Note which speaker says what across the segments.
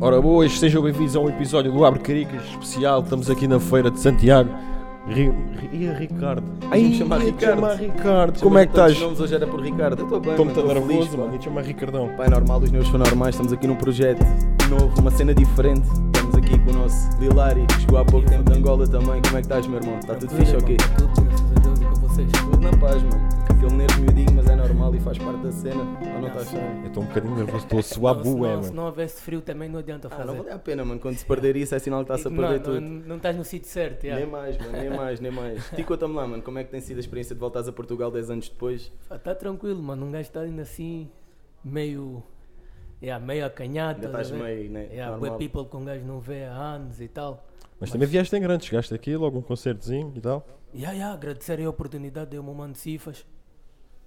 Speaker 1: Ora boas, sejam bem-vindos a um episódio do Abre Caricas especial. Estamos aqui na feira de Santiago. Ri, ri, e a Ricardo.
Speaker 2: Ai,
Speaker 1: Ia-me chamar
Speaker 2: ia-te
Speaker 1: Ricardo.
Speaker 2: chamar
Speaker 1: Ricardo. Como é que
Speaker 2: Tantos
Speaker 1: estás?
Speaker 2: nomes então, hoje era por Ricardo. Eu estou bem,
Speaker 1: Estou
Speaker 2: mano,
Speaker 1: muito
Speaker 2: tô feliz,
Speaker 1: nervoso,
Speaker 2: pá.
Speaker 1: mano. Ia-te chamar Ricardão.
Speaker 2: Pá, é normal, os meus são normais. Estamos aqui num projeto novo, uma cena diferente. Estamos aqui com o nosso Lilari, que chegou há pouco tempo de Angola também. Como é que estás, meu irmão? Está tudo fixe ou quê?
Speaker 3: Tudo, graças a Deus e com vocês.
Speaker 2: Tudo na paz, mano. Aquele nervo miudinho, mas é normal e faz parte da cena. Ou não tá estás bem?
Speaker 1: Eu estou um bocadinho nervoso, estou a suar
Speaker 3: se,
Speaker 1: bué,
Speaker 3: não, se
Speaker 1: mano.
Speaker 3: não houvesse frio também não adianta
Speaker 2: é, Ah,
Speaker 3: fazer.
Speaker 2: não vale a pena, mano. Quando se perder isso é sinal que está-se a
Speaker 3: Digo, não,
Speaker 2: perder
Speaker 3: não,
Speaker 2: tudo.
Speaker 3: não estás no sítio certo.
Speaker 2: Nem
Speaker 3: Yeah.
Speaker 2: mais, mano, nem mais, nem mais. Ti conta-me lá, mano, como é que tem sido a experiência de voltares a Portugal 10 anos depois?
Speaker 3: Está tranquilo, mano. Um gajo está ainda assim, meio. Yeah, meio acanhado.
Speaker 2: Ainda
Speaker 3: estás
Speaker 2: estás
Speaker 3: a ver?
Speaker 2: meio, né?
Speaker 3: Yeah, bué
Speaker 2: Normal.
Speaker 3: people que um gajo não vê há anos e tal.
Speaker 1: Mas também vieste em grande, chegaste aqui, logo um concertozinho e tal.
Speaker 3: Yeah, yeah, agradecer aí a oportunidade, deu-me um mano de cifas.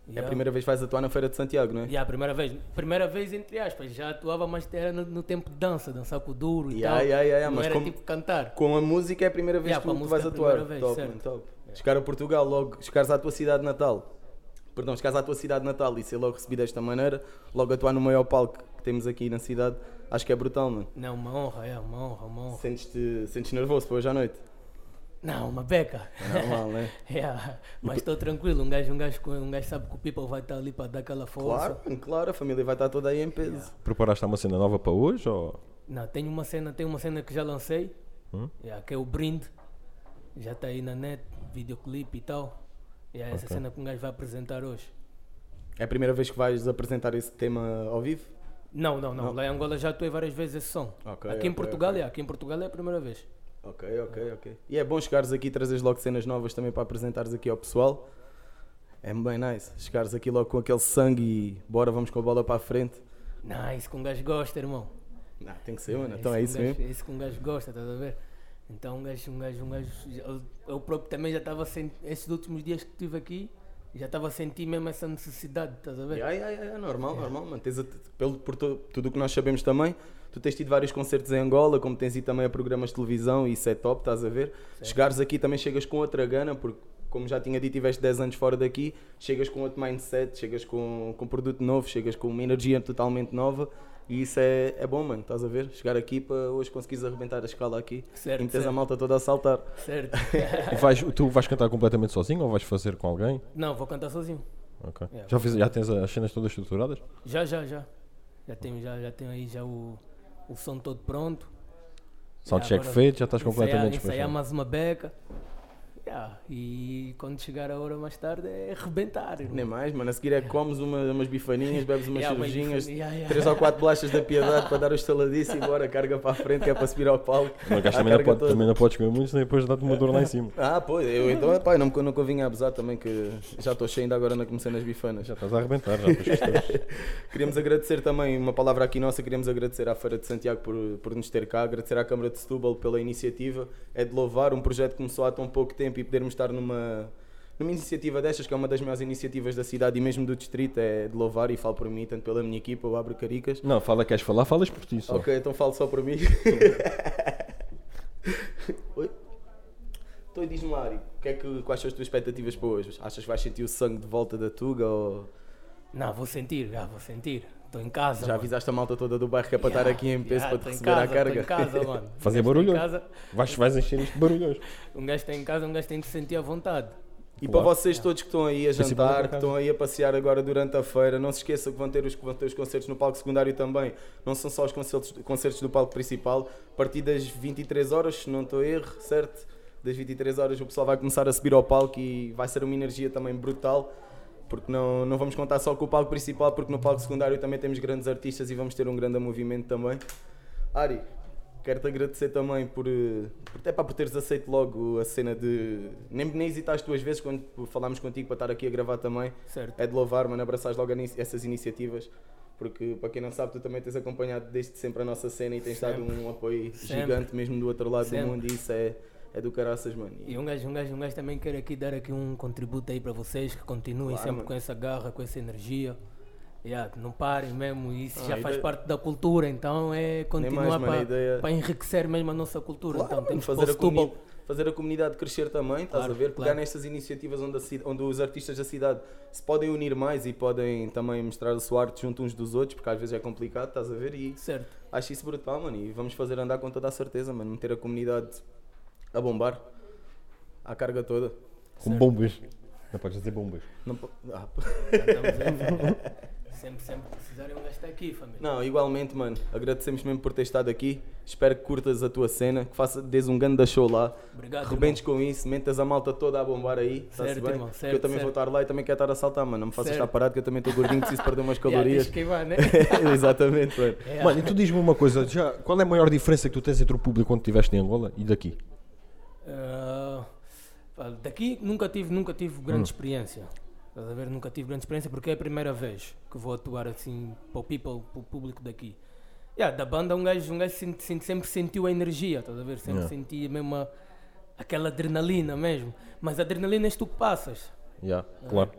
Speaker 2: É a
Speaker 3: Yeah.
Speaker 2: primeira vez que vais atuar na Feira de Santiago, não é?
Speaker 3: Yeah, primeira vez, primeira vez entre aspas, já atuava, mas era no, no tempo de dança, dançar com o duro e
Speaker 2: Yeah,
Speaker 3: tal.
Speaker 2: yeah, yeah, yeah,
Speaker 3: não
Speaker 2: mas
Speaker 3: era
Speaker 2: como-
Speaker 3: tipo cantar.
Speaker 2: Com a música é a primeira vez
Speaker 3: Yeah,
Speaker 2: que
Speaker 3: com a
Speaker 2: tu
Speaker 3: música
Speaker 2: vais
Speaker 3: é a
Speaker 2: atuar.
Speaker 3: primeira vez,
Speaker 2: top,
Speaker 3: certo.
Speaker 2: mano, top. Chegar a Portugal logo, chegares à tua cidade natal. Perdão, chegares à tua cidade natal e ser logo recebido desta maneira, logo atuar no maior palco que temos aqui na cidade, acho que é brutal, mano.
Speaker 3: Não, uma honra, é uma honra, uma honra.
Speaker 2: Sentes-te sentes nervoso para hoje à noite?
Speaker 3: Não, uma beca.
Speaker 2: É normal, né?
Speaker 3: Yeah, mas estou tranquilo, um gajo, um, gajo, com- um gajo sabe que o people vai estar ali para dar aquela força.
Speaker 2: Claro, mano, claro, a família vai estar toda aí em peso.
Speaker 1: Preparaste uma cena nova para hoje ou.
Speaker 3: Não, tenho uma cena, tenho uma cena que já lancei,
Speaker 1: Hum?
Speaker 3: yeah, que é o brinde, já está aí na net, videoclipe e tal. Yeah, Essa
Speaker 1: Ok.
Speaker 3: cena que um gajo vai apresentar hoje.
Speaker 2: É a primeira vez que vais apresentar esse tema ao vivo?
Speaker 3: Não, não, não,
Speaker 2: Não.
Speaker 3: lá em Angola já atuei várias vezes esse som.
Speaker 2: Ok,
Speaker 3: aqui em
Speaker 2: ok,
Speaker 3: Portugal
Speaker 2: ok.
Speaker 3: é, aqui em Portugal é a primeira vez.
Speaker 2: Ok, ok, ok. E é bom chegares aqui e trazeres logo cenas novas também para apresentares aqui ao pessoal. É bem nice. Chegares aqui logo com aquele sangue e bora, vamos com a bola para a frente.
Speaker 3: Não, isso que um gajo gosta, irmão.
Speaker 2: Não, tem que ser, mano. Então é
Speaker 3: que um
Speaker 2: isso
Speaker 3: gajo-
Speaker 2: mesmo.
Speaker 3: É isso que um gajo gosta, estás a ver? Então um gajo, um gajo, um gajo. já- Eu, eu próprio também já estava sentindo. Esses últimos dias que estive aqui, já estava a sentir mesmo essa necessidade, estás a ver?
Speaker 2: Yeah, yeah, yeah, normal, normal, mano. Tens a- pelo, por to- tudo o que nós sabemos também, tu tens tido vários concertos em Angola, como tens ido também a programas de televisão, e isso é top, estás a ver? Chegares aqui também chegas com outra gana, porque, como já tinha dito, tiveste 10 anos fora daqui, chegas com outro mindset, chegas com, com produto novo, chegas com uma energia totalmente nova, e isso é, é bom, mano, estás a ver? Chegar aqui para hoje conseguires arrebentar a escala aqui
Speaker 3: Certo,
Speaker 2: e meteres a
Speaker 3: certo.
Speaker 2: malta toda a saltar.
Speaker 3: Certo.
Speaker 1: E vais, tu vais cantar completamente sozinho ou vais fazer com alguém?
Speaker 3: Não, vou cantar sozinho.
Speaker 1: Ok.
Speaker 3: Yeah.
Speaker 1: Já, fiz- já tens as cenas todas estruturadas?
Speaker 3: Já, já, já. Já tenho, já, já tenho aí já o, o som todo pronto.
Speaker 1: Soundcheck
Speaker 3: agora
Speaker 1: feito, já estás completamente
Speaker 3: ensaiar, ensaiar
Speaker 1: despachado.
Speaker 3: mais uma beca. Yeah, E quando chegar a hora mais tarde é arrebentar. irmão.
Speaker 2: Nem mais, mano. A seguir é que comes uma- umas bifaninhas, bebes umas
Speaker 3: Yeah, É, uma
Speaker 2: cervejinhas,
Speaker 3: bifana- yeah, yeah.
Speaker 2: três ou quatro bolachas da piedade para dar o estaladiço e bora, carga para a frente, que é para subir ao palco.
Speaker 1: Mas gajo
Speaker 2: Ah,
Speaker 1: também não,
Speaker 2: carga
Speaker 1: pode,
Speaker 2: toda.
Speaker 1: também não podes comer muito, senão depois dá-te uma dor lá em cima.
Speaker 2: Ah, pois, eu então, pá, eu não, me- não convinha abusar também, que já estou cheio ainda agora na comecei nas bifanas.
Speaker 1: Já estás a arrebentar, já depois gostas.
Speaker 2: Queríamos agradecer também, uma palavra aqui nossa, queríamos agradecer à Feira de Santiago por, por nos ter cá, agradecer à Câmara de Setúbal pela iniciativa. É de louvar um projeto que começou há tão pouco tempo e podermos estar numa, numa iniciativa destas, que é uma das maiores iniciativas da cidade e mesmo do distrito, é de louvar e falo por mim, tanto pela minha equipa, o Abro Caricas.
Speaker 1: Não, fala, queres falar, falas por ti só.
Speaker 2: Ok, então falo só por mim. Oi? Então e diz-me lá, Ari, o que é que, quais são as tuas expectativas para hoje? Achas que vais sentir o sangue de volta da Tuga ou...
Speaker 3: Não, vou sentir, já vou sentir. Estou em casa.
Speaker 2: Já
Speaker 3: mano.
Speaker 2: avisaste a malta toda do bairro que é para estar
Speaker 3: Yeah,
Speaker 2: aqui em peso
Speaker 3: yeah,
Speaker 2: para te
Speaker 3: tô em
Speaker 2: receber à
Speaker 3: casa, tô
Speaker 2: carga?
Speaker 3: Em casa, mano. Um
Speaker 1: Fazer
Speaker 3: gajo tá em
Speaker 1: barulho.
Speaker 3: casa,
Speaker 1: Vais, vais encher isto de barulhões.
Speaker 3: Um gajo está em casa, um gajo tem que se sentir à vontade.
Speaker 2: E para
Speaker 1: Claro.
Speaker 2: vocês todos que estão aí a
Speaker 1: Principalmente
Speaker 2: jantar,
Speaker 1: em
Speaker 2: que
Speaker 1: casa.
Speaker 2: estão aí a passear agora durante a feira, não se esqueçam que vão ter os, que vão ter os concertos no palco secundário também. Não são só os concertos, concertos do palco principal. A partir das 23 horas, se não estou a erro, certo? Das 23 horas o pessoal vai começar a subir ao palco e vai ser uma energia também brutal. Porque não, não vamos contar só com o palco principal, porque no palco secundário também temos grandes artistas e vamos ter um grande movimento também. Ari, quero-te agradecer também por, eh, por, até pá, por teres aceito logo a cena de. Nem, nem hesitaste duas vezes quando falámos contigo para estar aqui a gravar também.
Speaker 3: Certo.
Speaker 2: É de louvar, mano, abraçares logo a ni- essas iniciativas. Porque, para quem não sabe, tu também tens acompanhado desde sempre a nossa cena e tens dado um apoio
Speaker 3: Sempre.
Speaker 2: gigante mesmo do outro lado
Speaker 3: Sempre.
Speaker 2: do mundo e isso é, é do caraças, mano. E-
Speaker 3: E um gajo, um gajo, um gajo também quer aqui dar aqui um contributo aí para vocês que continuem
Speaker 2: Claro,
Speaker 3: sempre
Speaker 2: mano.
Speaker 3: com essa garra, com essa energia. Yeah, que não parem mesmo, isso
Speaker 2: Ah,
Speaker 3: já
Speaker 2: a
Speaker 3: faz
Speaker 2: ideia-
Speaker 3: parte da cultura, então é continuar
Speaker 2: mais, mano, a ideia-
Speaker 3: para, para enriquecer mesmo a nossa cultura.
Speaker 2: Claro,
Speaker 3: então
Speaker 2: mano,
Speaker 3: temos que
Speaker 2: fazer a,
Speaker 3: Setúbal.
Speaker 2: comuni- fazer a comunidade crescer também, estás
Speaker 3: Claro,
Speaker 2: a ver? Pegar
Speaker 3: claro.
Speaker 2: nestas iniciativas onde, a ci- onde os artistas da cidade se podem unir mais e podem também mostrar a sua arte junto uns dos outros, porque às vezes é complicado, estás a ver? E
Speaker 3: Certo.
Speaker 2: acho isso brutal, mano. E vamos fazer andar com toda a certeza, mano. Meter a comunidade a bombar. A carga toda.
Speaker 1: Com bombas. Não podes dizer bombas.
Speaker 2: Não, po- ah,
Speaker 3: Já estamos aí. Então, sempre, sempre que precisarem, um gajo está aqui, família.
Speaker 2: Não, igualmente, mano. Agradecemos mesmo por ter estado aqui. Espero que curtas a tua cena, que faça, des um grande show lá.
Speaker 3: Obrigado,
Speaker 2: Rebentes com isso, mentas a malta toda a bombar aí. Está-se
Speaker 3: Certo,
Speaker 2: bem?
Speaker 3: irmão,
Speaker 2: Que
Speaker 3: certo,
Speaker 2: eu também vou
Speaker 3: certo.
Speaker 2: estar lá e também quero estar a saltar, mano. Não me faças
Speaker 3: Certo.
Speaker 2: estar parado, que eu também estou gordinho, preciso perder umas
Speaker 3: irmão. Já, tens
Speaker 2: calorias.
Speaker 3: que É. queimar, né?
Speaker 2: Exatamente, mano.
Speaker 3: Yeah.
Speaker 1: Mano, e tu diz-me uma coisa, já, qual é a maior diferença que tu tens entre o público quando estiveste em Angola e daqui?
Speaker 3: Ah, pá, daqui nunca tive, nunca tive grande experiência. Estás a ver? Nunca tive grande experiência porque é a primeira vez que vou atuar assim para o people, para o público daqui. Yeah, da banda um gajo, um gajo sente- sente- sempre sentiu a energia, estás a ver? Sempre
Speaker 1: Yeah.
Speaker 3: sentia mesmo a- aquela adrenalina mesmo. Mas a adrenalina és tu que passas.
Speaker 1: Já, claro.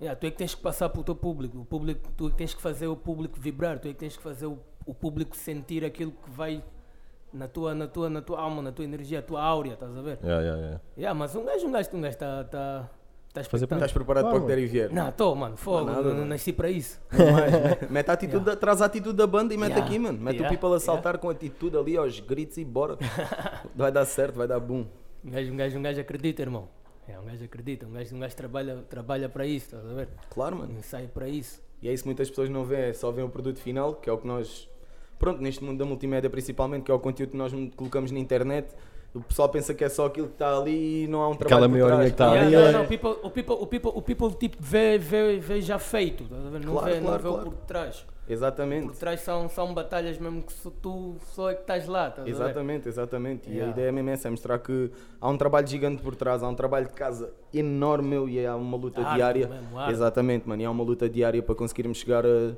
Speaker 3: Yeah, tu é que tens que passar para o teu público. O público. Tu é que tens que fazer o público vibrar, tu é que tens que fazer o, o público sentir aquilo que vai na tua, na, tua, na tua alma, na tua energia, a tua áurea, estás a ver?
Speaker 1: Já, já, já.
Speaker 3: Yeah, mas um gajo, um gajo, um gajo está. Tá, tá
Speaker 1: Fazer
Speaker 3: expectante.
Speaker 2: Estás preparado
Speaker 1: Claro,
Speaker 2: para o que der e vier?
Speaker 3: Não, estou, mano, fogo,
Speaker 2: Não há nada,
Speaker 3: não- não
Speaker 2: mano.
Speaker 3: nasci para isso.
Speaker 2: Não mais, mano. Mete a atitude, da- traz a atitude da banda e mete
Speaker 3: Yeah.
Speaker 2: aqui, mano. Mete
Speaker 3: Yeah.
Speaker 2: o people a saltar com atitude ali, aos gritos e bora. vai dar certo, vai dar boom.
Speaker 3: Um gajo, um gajo, um gajo acredita, irmão. É, um gajo acredita, um gajo, um gajo trabalha, trabalha para isso, estás a ver?
Speaker 2: Claro, mano.
Speaker 3: Ensaio para isso.
Speaker 2: E é isso que muitas pessoas não veem, é só veem o produto final, que é o que nós. Pronto, neste mundo da multimédia principalmente, que é o conteúdo que nós colocamos na internet, o pessoal pensa que é só aquilo que está ali e não há um trabalho. por
Speaker 1: meia horinha
Speaker 2: trás.
Speaker 1: que está ali, é-
Speaker 3: Yeah,
Speaker 1: ela-
Speaker 3: não, não, o people, o people, o people, o people tipo, vê, vê, vê já feito, estás a ver? Não
Speaker 2: Claro,
Speaker 3: vê,
Speaker 2: claro,
Speaker 3: não vê o
Speaker 2: claro.
Speaker 3: por trás. Por
Speaker 2: Exatamente,
Speaker 3: trás são, são batalhas mesmo que só tu só é que estás lá, estás a ver?
Speaker 2: exatamente, exatamente. E a
Speaker 3: Yeah.
Speaker 2: ideia mesmo é essa, é mostrar que há um trabalho gigante por trás, há um trabalho de casa enorme meu, e há uma luta
Speaker 3: Árduo
Speaker 2: diária.
Speaker 3: mesmo, árduo.
Speaker 2: Exatamente, mano, e há uma luta diária para conseguirmos chegar a.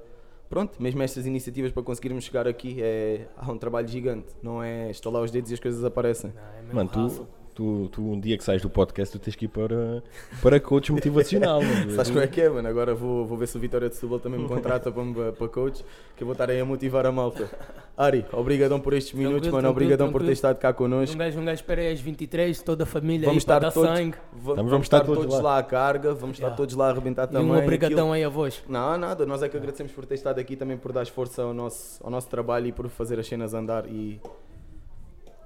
Speaker 2: Pronto, mesmo estas iniciativas para conseguirmos chegar aqui, é... há um trabalho gigante, não é estalar os dedos e as coisas aparecem.
Speaker 3: Não, é mesmo
Speaker 1: Mano, tu,
Speaker 3: hustle.
Speaker 1: tu, tu um dia que sais do podcast, tu tens que ir para, para coach motivacional. mano.
Speaker 2: Sabes como é que é, mano? Agora vou, vou ver se o Vitória de Setúbal também me contrata para, me- para coach, que eu vou estar aí a motivar a malta. Ari, obrigadão por estes
Speaker 3: Tranquilo,
Speaker 2: minutos, mano.
Speaker 3: tranquilo,
Speaker 2: Obrigadão por
Speaker 3: tranquilo.
Speaker 2: ter estado cá connosco.
Speaker 3: Um gajo, um gajo espera aí às 23, toda a família
Speaker 2: Vamos
Speaker 3: aí
Speaker 2: estar
Speaker 3: para dar
Speaker 2: todos,
Speaker 3: sangue.
Speaker 2: va-
Speaker 1: vamos estar todos lá.
Speaker 2: lá à carga, vamos estar
Speaker 3: Yeah.
Speaker 2: todos lá a arrebentar
Speaker 3: E
Speaker 2: também.
Speaker 3: um obrigadão
Speaker 2: aquilo-
Speaker 3: aí a voz.
Speaker 2: Não, nada, nós é que agradecemos por ter estado aqui também, por dar força ao nosso, ao nosso trabalho e por fazer as cenas andar. E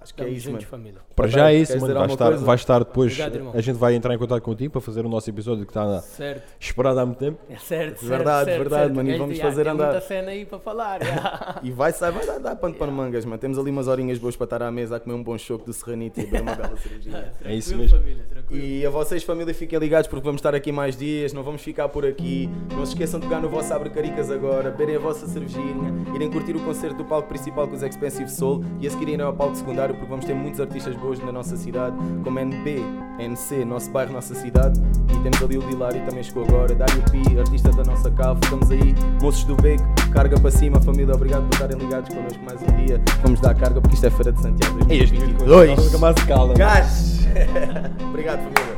Speaker 2: acho que é
Speaker 3: Tamo
Speaker 2: isso,
Speaker 3: juntos,
Speaker 2: mano.
Speaker 3: família.
Speaker 1: Para já é
Speaker 2: Queres
Speaker 1: isso, mano.
Speaker 2: dizer
Speaker 1: Vai
Speaker 2: alguma
Speaker 1: estar,
Speaker 2: coisa?
Speaker 1: vai estar depois.
Speaker 3: Obrigado, irmão.
Speaker 1: a gente vai entrar em contato contigo para fazer o nosso episódio que está
Speaker 3: Certo,
Speaker 1: esperado há muito tempo.
Speaker 3: é certo, certo.
Speaker 2: Verdade,
Speaker 3: certo,
Speaker 2: verdade,
Speaker 3: certo.
Speaker 2: mano, e
Speaker 3: Gajo,
Speaker 2: vamos
Speaker 3: ah,
Speaker 2: fazer
Speaker 3: tem
Speaker 2: andar.
Speaker 3: muita cena aí para falar. já.
Speaker 2: E vai sair, vai dar, dar pano para mangas, mano. Temos ali umas horinhas boas para estar à mesa a comer um bom choco do serranito e beber uma bela cervejinha.
Speaker 1: É isso
Speaker 3: Tranquilo,
Speaker 1: mesmo.
Speaker 3: família, tranquilo.
Speaker 2: E a vocês, família, fiquem ligados porque vamos estar aqui mais dias, não vamos ficar por aqui. Não se esqueçam de pegar no vosso Abre Caricas agora, beberem a vossa cervejinha, irem curtir o concerto do palco principal com os Expensive Soul e a seguir irem ao palco secundário porque vamos ter muitos artistas boas na nossa cidade, como NB, NC, nosso bairro, nossa cidade. E temos ali o Lilário também chegou agora, Dario P, artista da nossa cave. Estamos aí, moços do Beco, carga para cima, família, obrigado por estarem ligados connosco mais um dia. Vamos dar
Speaker 1: tipo
Speaker 2: carga porque isto é Feira de Santiago 2022.
Speaker 1: Nunca mais se cala.
Speaker 2: Gás! obrigado, família.